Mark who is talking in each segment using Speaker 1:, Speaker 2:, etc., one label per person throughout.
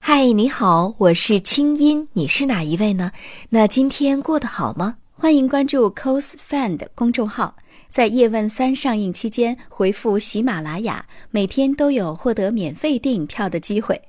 Speaker 1: 嗨，你好，我是清音，你是哪一位呢？那今天过得好吗？
Speaker 2: 欢迎关注 cos fan 的公众号，在《叶问三》上映期间回复“喜马拉雅”，每天都有获得免费电影票的机会。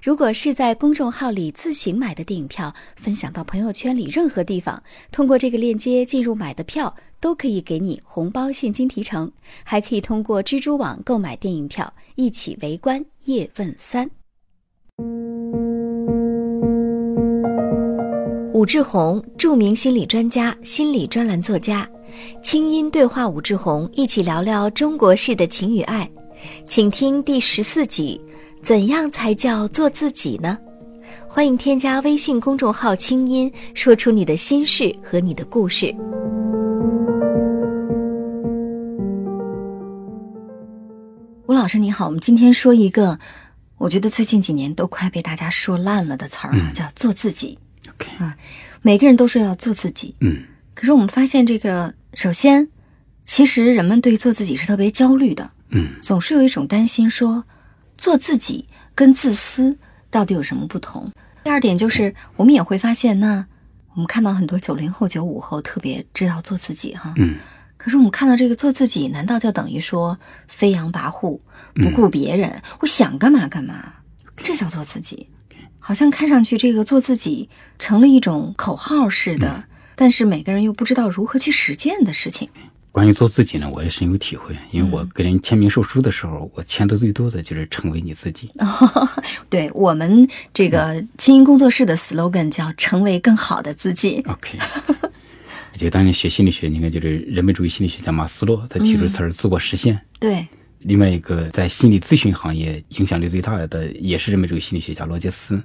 Speaker 2: 如果是在公众号里自行买的电影票，分享到朋友圈里任何地方，通过这个链接进入买的票，都可以给你红包现金提成，还可以通过蜘蛛网购买电影票，一起围观《叶问三》。
Speaker 1: 武志红，著名心理专家、心理专栏作家，清音对话武志红，一起聊聊中国式的情与爱，请听第十四集。怎样才叫做自己呢？欢迎添加微信公众号“清音”，说出你的心事和你的故事。
Speaker 2: 吴老师你好，我们今天说一个，我觉得最近几年都快被大家说烂了的词儿啊，
Speaker 3: 嗯
Speaker 2: 叫“做自己
Speaker 3: OK，”。
Speaker 2: 每个人都说要做自己，
Speaker 3: 嗯
Speaker 2: 可是我们发现这个，首先，其实人们对做自己是特别焦虑的，
Speaker 3: 嗯
Speaker 2: 总是有一种担心说，做自己跟自私到底有什么不同？第二点就是，我们也会发现，那我们看到很多九零后、九五后特别知道做自己哈，
Speaker 3: 嗯
Speaker 2: 可是我们看到这个做自己，难道就等于说飞扬跋扈，
Speaker 3: 嗯
Speaker 2: 不顾别人，我想干嘛干嘛？这叫做自己。好像看上去这个做自己成了一种口号似的，
Speaker 3: 嗯
Speaker 2: 但是每个人又不知道如何去实践的事情。
Speaker 3: 关于做自己呢，我也深有体会，因为我给人签名售书的时候，我签的最多的就是成为你自己。
Speaker 2: 对我们这个
Speaker 3: 嗯
Speaker 2: 清音工作室的 slogan 叫“成为更好的自己
Speaker 3: OK，我觉得当年学心理学，你看就是人本主义心理学家马斯洛，他提出词儿“自我实现”。”。
Speaker 2: 对，
Speaker 3: 另外一个在心理咨询行业影响力最大的，也是人本主义心理学家罗杰斯，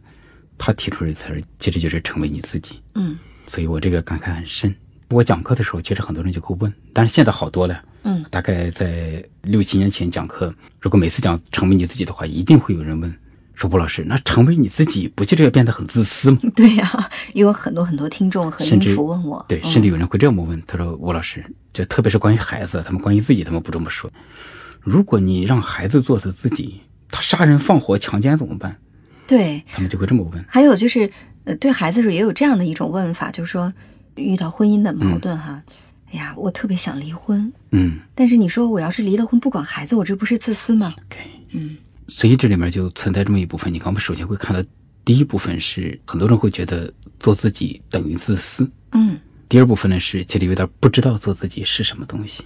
Speaker 3: 他提出的词儿其实就是成为你自己。
Speaker 2: 嗯
Speaker 3: 所以我这个感慨很深。我讲课的时候，其实很多人就会问，但是现在好多了。
Speaker 2: 嗯，
Speaker 3: 大概在六七年前讲课，如果每次讲成为你自己的话，一定会有人问说：“吴老师，那成为你自己，不就是要变得很自
Speaker 2: 嗯
Speaker 3: 私吗
Speaker 2: 对呀、因为很多很多听众和
Speaker 3: 甚
Speaker 2: 音
Speaker 3: 至
Speaker 2: 符问我，？”
Speaker 3: 对，
Speaker 2: 嗯
Speaker 3: 甚至有人会这么问，他说：“吴老师，就特别是关于孩子，他们关于自己，他们不这么说。如果你让孩子做他自己，他杀人放火、强奸怎么办？”
Speaker 2: 对，
Speaker 3: 他们就会这么问。
Speaker 2: 还有就是，呃，对孩子时候也有这样的一种问法，就是说遇到婚姻的矛盾哈，哎呀，我特别想离婚，
Speaker 3: 嗯
Speaker 2: 但是你说我要是离了婚不管孩子，我这不是自私吗？
Speaker 3: ，OK。
Speaker 2: 嗯
Speaker 3: 所以这里面就存在这么一部分。你看，我们首先会看到第一部分是很多人会觉得做自己等于自私，
Speaker 2: 嗯
Speaker 3: 第二部分呢是其实有点不知道做自己是什么东西。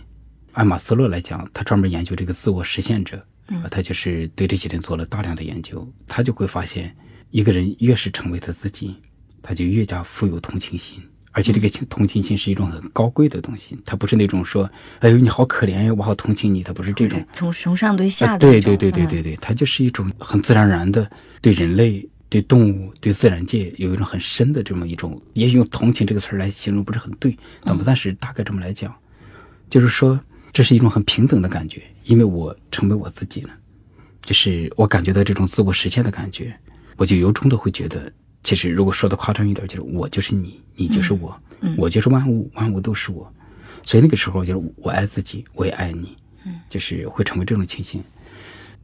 Speaker 3: 按马斯洛来讲，他专门研究这个自我实现者，
Speaker 2: 嗯
Speaker 3: 啊，他就是对这些人做了大量的研究，他就会发现，一个人越是成为他自己，他就越加富有同情心。而且这个情同情心是一种很高贵的东西，他不是那种说，哎呦你好可怜呀，我好同情你，他不是这种
Speaker 2: 就是，从从上对下
Speaker 3: 啊
Speaker 2: 的那
Speaker 3: 对
Speaker 2: 种、嗯
Speaker 3: 对对对对对，它就是一种很自然而然的对人类、对动物、对自然界有一种很深的这么一种，也许用“同情”这个词儿来形容不是很对，那
Speaker 2: 嗯
Speaker 3: 么但是大概这么来讲，就是说这是一种很平等的感觉，因为我成为我自己了，就是我感觉到这种自我实现的感觉，我就由衷的会觉得，其实如果说的夸张一点，就是我就是你，你就是我，
Speaker 2: 嗯嗯
Speaker 3: 我就是万物，万物都是我，所以那个时候就是我爱自己，我也爱你，
Speaker 2: 嗯
Speaker 3: 就是会成为这种情形。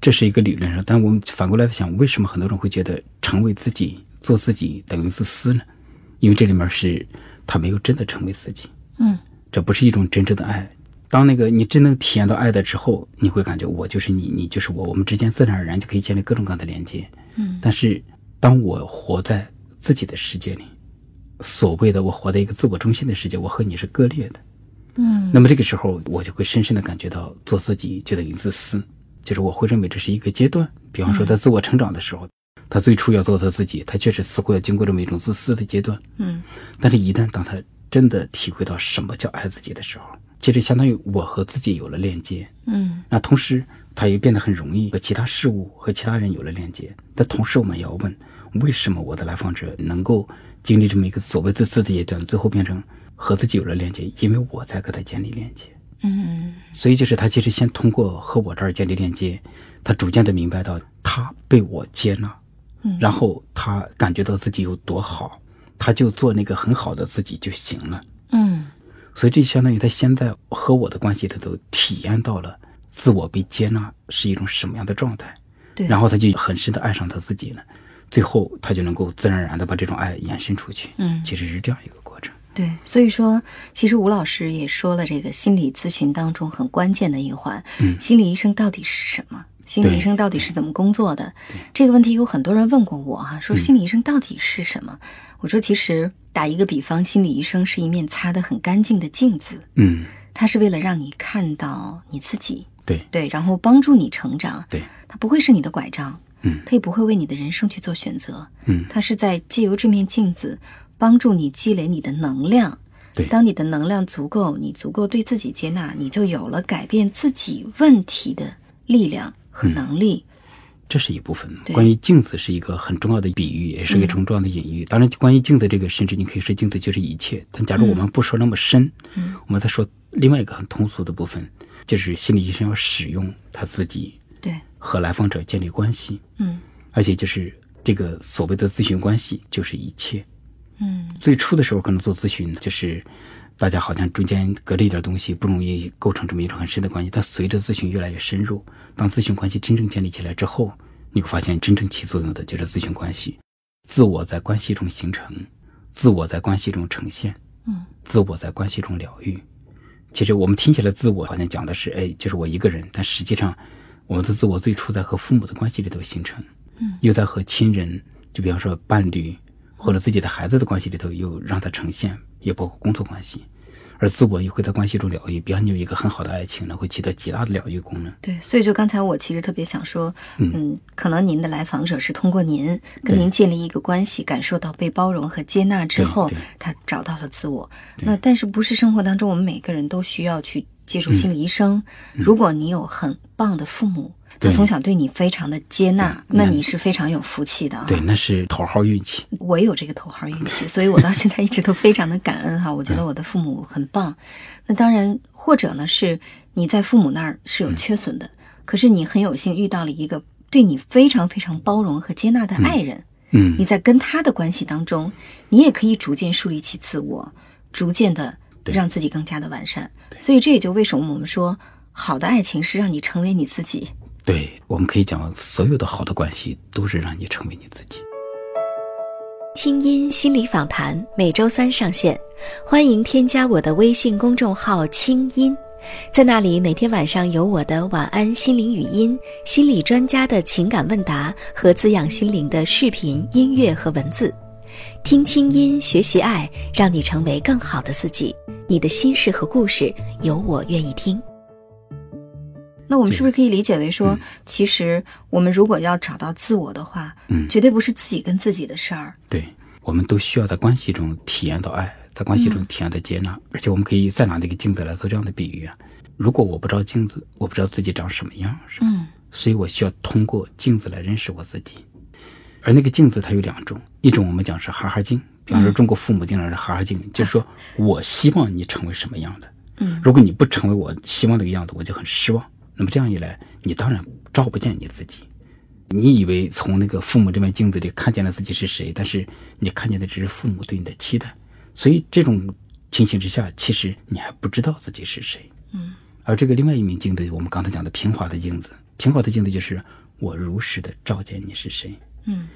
Speaker 3: 这是一个理论上，但我们反过来想，为什么很多人会觉得成为自己、做自己等于自私呢？因为这里面是他没有真的成为自己，
Speaker 2: 嗯
Speaker 3: 这不是一种真正的爱。当那个你真正体验到爱的之后，你会感觉我就是你，你就是我，我们之间自然而然就可以建立各种各样的连接。
Speaker 2: 嗯
Speaker 3: 但是，当我活在自己的世界里，所谓的我活在一个自我中心的世界，我和你是割裂的。
Speaker 2: 嗯
Speaker 3: 那么这个时候，我就会深深的感觉到做自己就等于自私，就是我会认为这是一个阶段。比方说，在自我成长的时候，他最初要做他自己，他确实似乎要经过这么一种自私的阶段。
Speaker 2: 嗯
Speaker 3: 但是，一旦当他真的体会到什么叫爱自己的时候，其实相当于我和自己有了链接。
Speaker 2: 嗯
Speaker 3: 那同时，他也变得很容易和其他事物、和其他人有了链接。但同时，我们也要问，为什么我的来访者能够经历这么一个所谓自私的阶段，最后变成和自己有了链接？因为我在和他建立链接。
Speaker 2: 嗯
Speaker 3: 所以就是他其实先通过和我这儿建立链接，他逐渐的明白到他被我接纳，
Speaker 2: 嗯
Speaker 3: 然后他感觉到自己有多好，他就做那个很好的自己就行了。
Speaker 2: 嗯
Speaker 3: 所以这相当于他现在和我的关系里头体验到了自我被接纳是一种什么样的状态，
Speaker 2: 对，
Speaker 3: 然后他就很深的爱上他自己了。最后他就能够自然而然的把这种爱延伸出去。
Speaker 2: 嗯
Speaker 3: 其实是这样一个过程。
Speaker 2: 对，所以说，其实吴老师也说了，这个心理咨询当中很关键的一环，
Speaker 3: 嗯
Speaker 2: 心理医生到底是什么？心理医
Speaker 3: 对
Speaker 2: 生到底是怎么工作的？这个问题有很多人问过我啊，
Speaker 3: 嗯
Speaker 2: 说心理医生到底是什么？我说，其实打一个比方，心理医生是一面擦得很干净的镜子，
Speaker 3: 嗯，
Speaker 2: 它是为了让你看到你自己，
Speaker 3: 对
Speaker 2: 对，然后帮助你成长，
Speaker 3: 对，
Speaker 2: 它不会是你的拐杖，
Speaker 3: 嗯
Speaker 2: 它也不会为你的人生去做选择，
Speaker 3: 嗯
Speaker 2: 它是在借由这面镜子帮助你积累你的能量。
Speaker 3: 对
Speaker 2: 当你的能量足够，你足够对自己接纳，你就有了改变自己问题的力量和
Speaker 3: 嗯
Speaker 2: 能力。
Speaker 3: 这是一部分。
Speaker 2: 对
Speaker 3: 关于镜子是一个很重要的比喻，也是一个重要的隐
Speaker 2: 嗯
Speaker 3: 喻。当然，关于镜子这个，甚至你可以说镜子就是一切。但假如我们不说那么深，
Speaker 2: 嗯
Speaker 3: 我们再说另外一个很通俗的部分，就是心理医生要使用他自己
Speaker 2: 对，
Speaker 3: 和来访者建立关系，
Speaker 2: 嗯
Speaker 3: 而且就是这个所谓的咨询关系就是一切。
Speaker 2: 嗯
Speaker 3: 最初的时候可能做咨询就是。大家好像中间隔着一点东西，不容易构成这么一种很深的关系。但随着咨询越来越深入，当咨询关系真正建立起来之后，你会发现真正起作用的就是咨询关系，自我在关系中形成，自我在关系中呈现。
Speaker 2: 嗯
Speaker 3: 自我在关系中疗愈。其实我们听起来自我好像讲的是，哎，就是我一个人，但实际上，我们的自我最初在和父母的关系里头形成，
Speaker 2: 嗯，
Speaker 3: 又在和亲人，就比方说伴侣或者自己的孩子的关系里头又让它呈现，也包括工作关系。而自我也会在关系中疗愈，比方你有一个很好的爱情呢，会起到极大的疗愈功能。
Speaker 2: 对，所以就刚才我其实特别想说，
Speaker 3: 嗯
Speaker 2: 嗯，可能您的来访者是通过您跟
Speaker 3: 对
Speaker 2: 您建立一个关系，感受到被包容和接纳之
Speaker 3: 对
Speaker 2: 后
Speaker 3: 对，
Speaker 2: 他找到了自我。
Speaker 3: 对
Speaker 2: 那但是不是生活当中我们每个人都需要去接触
Speaker 3: 嗯
Speaker 2: 心理医生？如果你有很棒的父母，他
Speaker 3: 对
Speaker 2: 从小对你非常的接纳，
Speaker 3: 对嗯
Speaker 2: 那
Speaker 3: 那
Speaker 2: 你是非常有福气的啊。
Speaker 3: 对，那是头号运气。
Speaker 2: 我有这个头号运 气，所以我到现在一直都非常的感恩哈。我觉
Speaker 3: 嗯
Speaker 2: 得我的父母很棒。那当然，或者呢是你在父母那儿是有
Speaker 3: 嗯
Speaker 2: 缺损的，可是你很有幸遇到了一个对你非常非常包容和接纳的爱人。
Speaker 3: 嗯
Speaker 2: 你，在跟他的关系当中，你也可以逐渐树立起自我，逐渐的
Speaker 3: 对
Speaker 2: 让自己更加的完善。所以这也就为什么我们说，好的爱情是让你成为你自己。
Speaker 3: 对，我们可以讲，所有的好的关系都是让你成为你自己。
Speaker 4: 清音心理访谈每周三上线，欢迎添加我的微信公众号“清音”，在那里每天晚上有我的晚安心灵语音、心理专家的情感问答和滋养心灵的视频、音乐和文字。听清音，学习爱，让你成为更好的自己。你的心事和故事，有我愿意听。
Speaker 2: 那我们
Speaker 3: 对
Speaker 2: 是不是可以理解为说，
Speaker 3: 嗯
Speaker 2: 其实我们如果要找到自我的话，
Speaker 3: 嗯
Speaker 2: 绝对不是自己跟自己的事儿。
Speaker 3: 对，我们都需要在关系中体验到爱，在关系中体验到接纳，而且我们可以再拿那个镜子来做这样的比喻啊。如果我不照镜子，我不知道自己长什么样，是吧？
Speaker 2: 嗯
Speaker 3: 所以我需要通过镜子来认识我自己。而那个镜子它有两种，一种我们讲是哈哈镜，比方说中国父母经常是哈哈镜，就是说我希望你成为什么样的，
Speaker 2: 嗯
Speaker 3: 如果你不成为我希望那个样子，我就很失望。那么这样一来，你当然照不见你自己。你以为从那个父母这面镜子里看见了自己是谁，但是你看见的只是父母对你的期待。所以这种情形之下，其实你还不知道自己是谁。
Speaker 2: 嗯，
Speaker 3: 而这个另外一面镜子，我们刚才讲的平滑的镜子，平滑的镜子就是我如实的照见你是谁。
Speaker 2: 嗯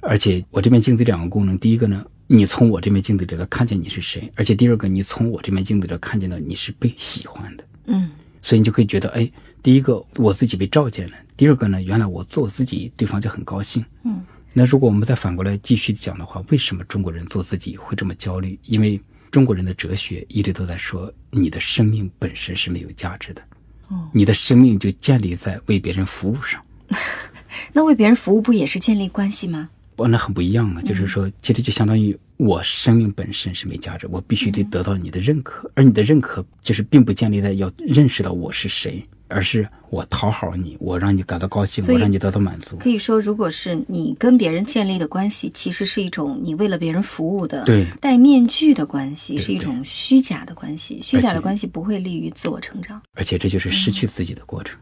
Speaker 3: 而且我这面镜子两个功能，第一个呢，你从我这面镜子里头看见你是谁，而且第二个，你从我这面镜子里头看见到你是被喜欢的，
Speaker 2: 嗯
Speaker 3: 所以你就可以觉得，哎，第一个我自己被照见了，第二个呢，原来我做我自己，对方就很高兴。
Speaker 2: 嗯，
Speaker 3: 那如果我们再反过来继续讲的话，为什么中国人做自己会这么焦虑？因为中国人的哲学一直都在说，你的生命本身是没有价值的，
Speaker 2: 哦，
Speaker 3: 你的生命就建立在为别人服务上。
Speaker 2: 那为别人服务不也是建立关系吗？
Speaker 3: 哦，那很不一样
Speaker 2: 嗯
Speaker 3: 啊，就是说，其实就相当于我生命本身是没价值，我必须得得到你的认
Speaker 2: 嗯
Speaker 3: 可，而你的认可就是并不建立在要认识到我是谁，而是我讨好你，我让你感到高兴，
Speaker 2: 所以
Speaker 3: 我让你得到满足。
Speaker 2: 可以说，如果是你跟别人建立的关系，其实是一种你为了别人服务的，
Speaker 3: 对
Speaker 2: 戴面具的关系，
Speaker 3: 对
Speaker 2: 是一种虚假的关系。虚假
Speaker 3: 而
Speaker 2: 的
Speaker 3: 且
Speaker 2: 关系不会利于自我成长。
Speaker 3: 而且这就是失去自己的过程。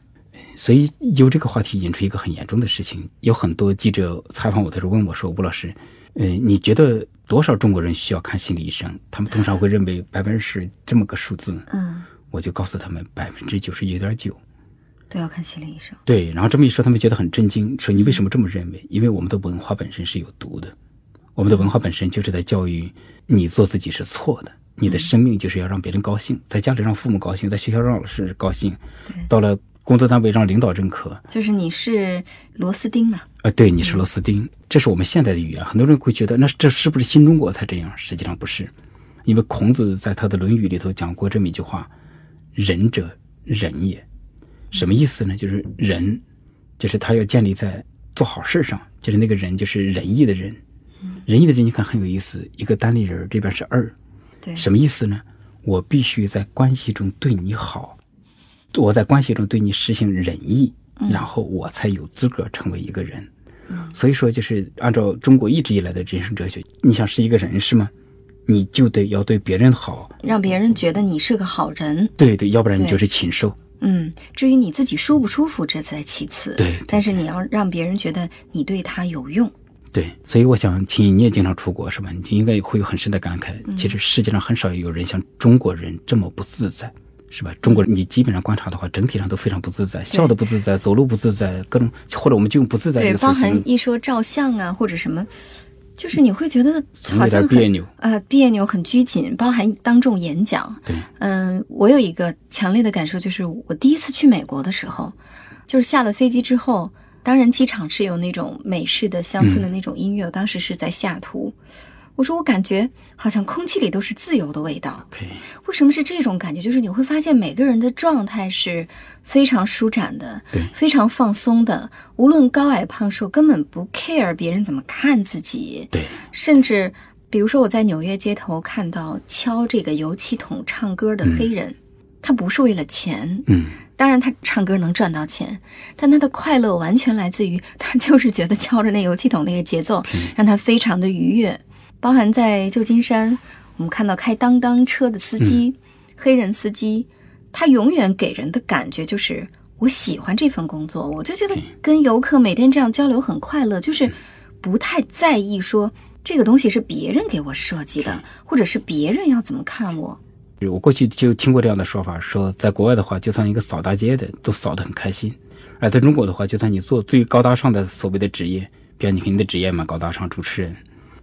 Speaker 3: 所以由这个话题引出一个很严重的事情，有很多记者采访我的时候问我说：“吴老师，呃，你觉得多少中国人需要看心理医生？”他们通常会认为百分之十这么个数字，
Speaker 2: 嗯
Speaker 3: 我就告诉他们百分之九十九点九，
Speaker 2: 都要看心理医生。
Speaker 3: 对，然后这么一说，他们觉得很震惊，说你为什么这么认为？因为我们的文化本身是有毒的，我们的文化本身就是在教育你做自己是错的，你的生命就是要让别人高兴，在家里让父母高兴，在学校让老师高兴，
Speaker 2: 对
Speaker 3: 到了工作单位让领导认可。
Speaker 2: 就是你是螺丝钉嘛，
Speaker 3: 啊，对，你是螺丝钉，这是我们现代的语言。很多人会觉得，那这是不是新中国才这样？实际上不是，因为孔子在他的《论语》里头讲过这么一句话：“仁者，仁也。”什么意思呢？就是仁，就是他要建立在做好事上，就是那个人就是仁义的人。仁义的人，你看很有意思，一个单立人儿这边是二，
Speaker 2: 对，
Speaker 3: 什么意思呢？我必须在关系中对你好，我在关系中对你实行仁义，然后我才有资格成为一个人。所以说，就是按照中国一直以来的人生哲学，你想是一个人是吗？你就得要对别人好，
Speaker 2: 让别人觉得你是个好人。
Speaker 3: 对对，要不然你
Speaker 2: 对
Speaker 3: 就是禽兽。
Speaker 2: 嗯，至于你自己舒不舒服，这才其次。
Speaker 3: 对对
Speaker 2: 但是你要让别人觉得你对他有用。
Speaker 3: 对，所以我想，秦怡你也经常出国是吧？你应该会有很深的感慨。其实世界上很少有人像中国人这么不自在，是吧？中国人你基本上观察的话，整体上都非常不自在，笑的不自在，走路不自在，各种或者我们就用不自在这
Speaker 2: 对，
Speaker 3: 个词
Speaker 2: 包
Speaker 3: 形
Speaker 2: 含
Speaker 3: 容，
Speaker 2: 一说照相啊，或者什么，就是你会觉得
Speaker 3: 总
Speaker 2: 好
Speaker 3: 有
Speaker 2: 像
Speaker 3: 点
Speaker 2: 很
Speaker 3: 别扭。
Speaker 2: 啊、别扭，很拘谨。包含当众演讲，
Speaker 3: 对，
Speaker 2: 嗯，我有一个强烈的感受，就是我第一次去美国的时候，就是下了飞机之后，当然机场是有那种美式的乡
Speaker 3: 嗯
Speaker 2: 村的那种音乐，我当时是在西雅图。我说我感觉好像空气里都是自由的味道，
Speaker 3: 对，
Speaker 2: 为什么是这种感觉？就是你会发现每个人的状态是非常舒展的
Speaker 3: 对，
Speaker 2: 非常放松的，无论高矮胖瘦，根本不 care 别人怎么看自己。
Speaker 3: 对，
Speaker 2: 甚至比如说我在纽约街头看到敲这个油漆桶唱歌的黑人，他不是为了钱，
Speaker 3: 嗯，
Speaker 2: 当然他唱歌能赚到钱，但他的快乐完全来自于 他就是觉得敲着那油漆桶那个节奏让他非常的愉悦。包含在旧金山，我们看到开当当车的司机，黑人司机，他永远给人的感觉就是我喜欢这份工作，我就觉得跟游客每天这样交流很快乐，就是不太在意说这个东西是别人给我设计的，或者是别人要怎么看我。
Speaker 3: 我过去就听过这样的说法，说在国外的话，就算一个扫大街的都扫得很开心，而在中国的话，就算你做最高大上的所谓的职业，比方你看你的职业蛮高大上，主持人，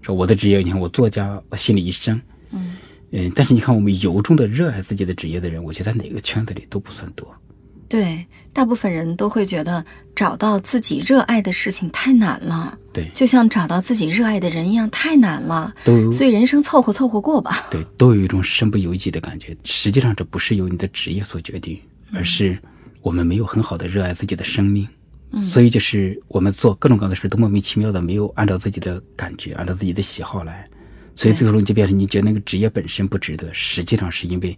Speaker 3: 说我的职业，你看我作家，我心理医生，
Speaker 2: 嗯
Speaker 3: 嗯，但是你看我们由衷的热爱自己的职业的人，我觉得在哪个圈子里都不算多。
Speaker 2: 对，大部分人都会觉得找到自己热爱的事情太难了，
Speaker 3: 对，
Speaker 2: 就像找到自己热爱的人一样太难了。
Speaker 3: 都有
Speaker 2: 所以人生凑合凑合过吧。
Speaker 3: 对，都有一种身不由己的感觉。实际上，这不是由你的职业所决定，而是我们没有很好的热爱自己的生命，
Speaker 2: 嗯
Speaker 3: 所以就是我们做各种各样的事都莫名其妙的没有按照自己的感觉，按照自己的喜好来，所以
Speaker 2: 对
Speaker 3: 最后就变成你觉得那个职业本身不值得，实际上是因为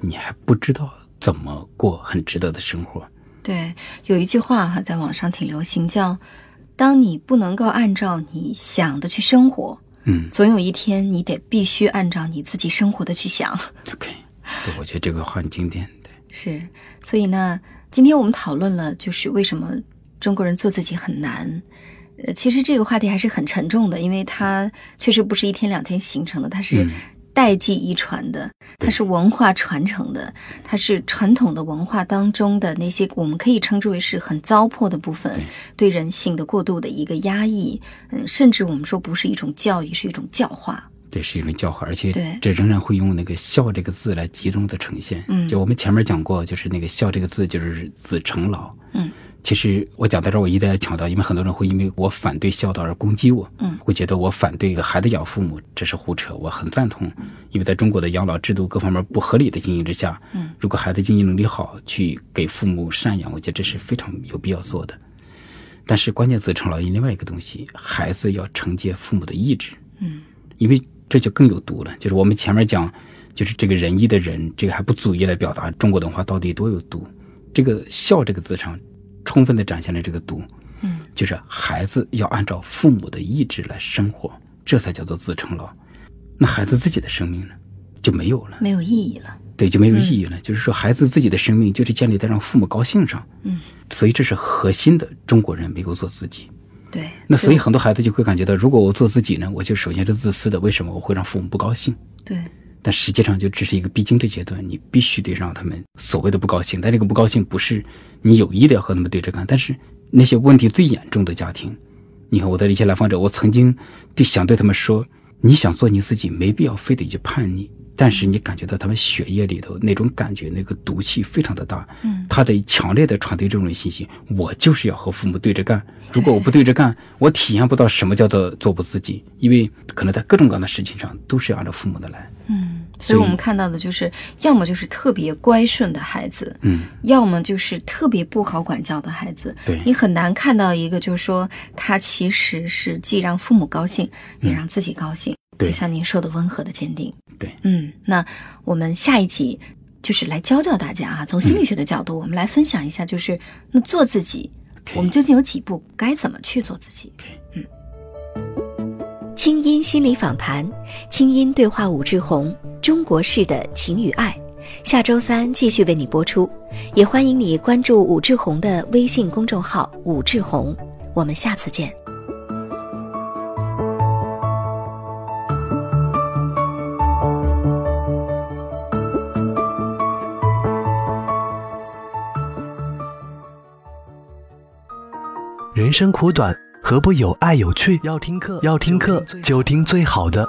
Speaker 3: 你还不知道怎么过很值得的生活。
Speaker 2: 对，有一句话哈，在网上挺流行，叫“当你不能够按照你想的去生活，
Speaker 3: 嗯
Speaker 2: 总有一天你得必须按照你自己生活的去想。
Speaker 3: ，OK，对，我觉得这个话很经典。对，”
Speaker 2: 是，所以呢，今天我们讨论了，就是为什么中国人做自己很难。呃，其实这个话题还是很沉重的，因为它确实不是一天两天形成的，它是
Speaker 3: 嗯
Speaker 2: 代际遗传的，它是文化传承的，它是传统的文化当中的那些我们可以称之为是很糟粕的部分，对人性的过度的一个压抑，嗯，甚至我们说不是一种教育，是一种教化。
Speaker 3: 对，是一种叫唤，而且
Speaker 2: 对
Speaker 3: 这仍然会用那个“孝”这个字来集中的呈现。
Speaker 2: 嗯
Speaker 3: 就我们前面讲过，就是那个“孝”这个字就是子承劳。
Speaker 2: 嗯，
Speaker 3: 其实我讲到这儿，我一再强调，因为很多人会因为我反对孝道而攻击我，
Speaker 2: 嗯
Speaker 3: 会觉得我反对孩子养父母，这是胡扯。我很赞同，因为在中国的养老制度各方面不合理的经营之下，
Speaker 2: 嗯，
Speaker 3: 如果孩子经济能力好，去给父母赡养，我觉得这是非常有必要做的。但是关键字承劳因另外一个东西，孩子要承接父母的意志。
Speaker 2: 嗯，
Speaker 3: 因为这就更有毒了。就是我们前面讲，就是这个仁义的仁，这个还不足以来表达中国文化到底多有毒。这个“孝”这个字上，充分的展现了这个毒。
Speaker 2: 嗯，
Speaker 3: 就是孩子要按照父母的意志来生活，这才叫做自称劳。那孩子自己的生命呢，就没有了，
Speaker 2: 没有意义了。
Speaker 3: 对，就没有意义了。就是说，孩子自己的生命就是建立在让父母高兴上。
Speaker 2: 嗯，
Speaker 3: 所以这是核心的中国人没有做自己。
Speaker 2: 对，
Speaker 3: 那所以很多孩子就会感觉到，如果我做自己呢，我就首先是自私的。为什么我会让父母不高兴？
Speaker 2: 对，
Speaker 3: 但实际上就只是一个必经的阶段，你必须得让他们所谓的不高兴。但这个不高兴不是你有意的要和他们对着干。但是那些问题最严重的家庭，你看我的一些来访者，我曾经对想对他们说，你想做你自己，没必要非得去叛逆。但是你感觉到他们血液里头那种感觉，那个毒气非常的大，
Speaker 2: 嗯，
Speaker 3: 他得强烈的传递这种信息，我就是要和父母对着干。如果我不对着干，我体验不到什么叫做做不自己，因为可能在各种各样的事情上都是按照父母的来，
Speaker 2: 嗯，所以我们看到的就是，要么就是特别乖顺的孩子，
Speaker 3: 嗯，
Speaker 2: 要么就是特别不好管教的孩子。
Speaker 3: 对
Speaker 2: 你很难看到一个，就是说他其实是既让父母高兴，也让自己高兴。
Speaker 3: 嗯对
Speaker 2: 就像您说的，温和的坚定。
Speaker 3: 对，
Speaker 2: 嗯，那我们下一集就是来教教大家啊，从心理学的角度，我们来分享一下，就是那做自己，
Speaker 3: OK
Speaker 2: 我们究竟有几步该怎么去做自己？
Speaker 4: 清嗯音心理访谈，清音对话武志红，中国式的情与爱，下周三继续为你播出。也欢迎你关注武志红的微信公众号“武志红”，我们下次见。
Speaker 5: 人生苦短，何不有爱有趣？要听课，要听课就听最好的。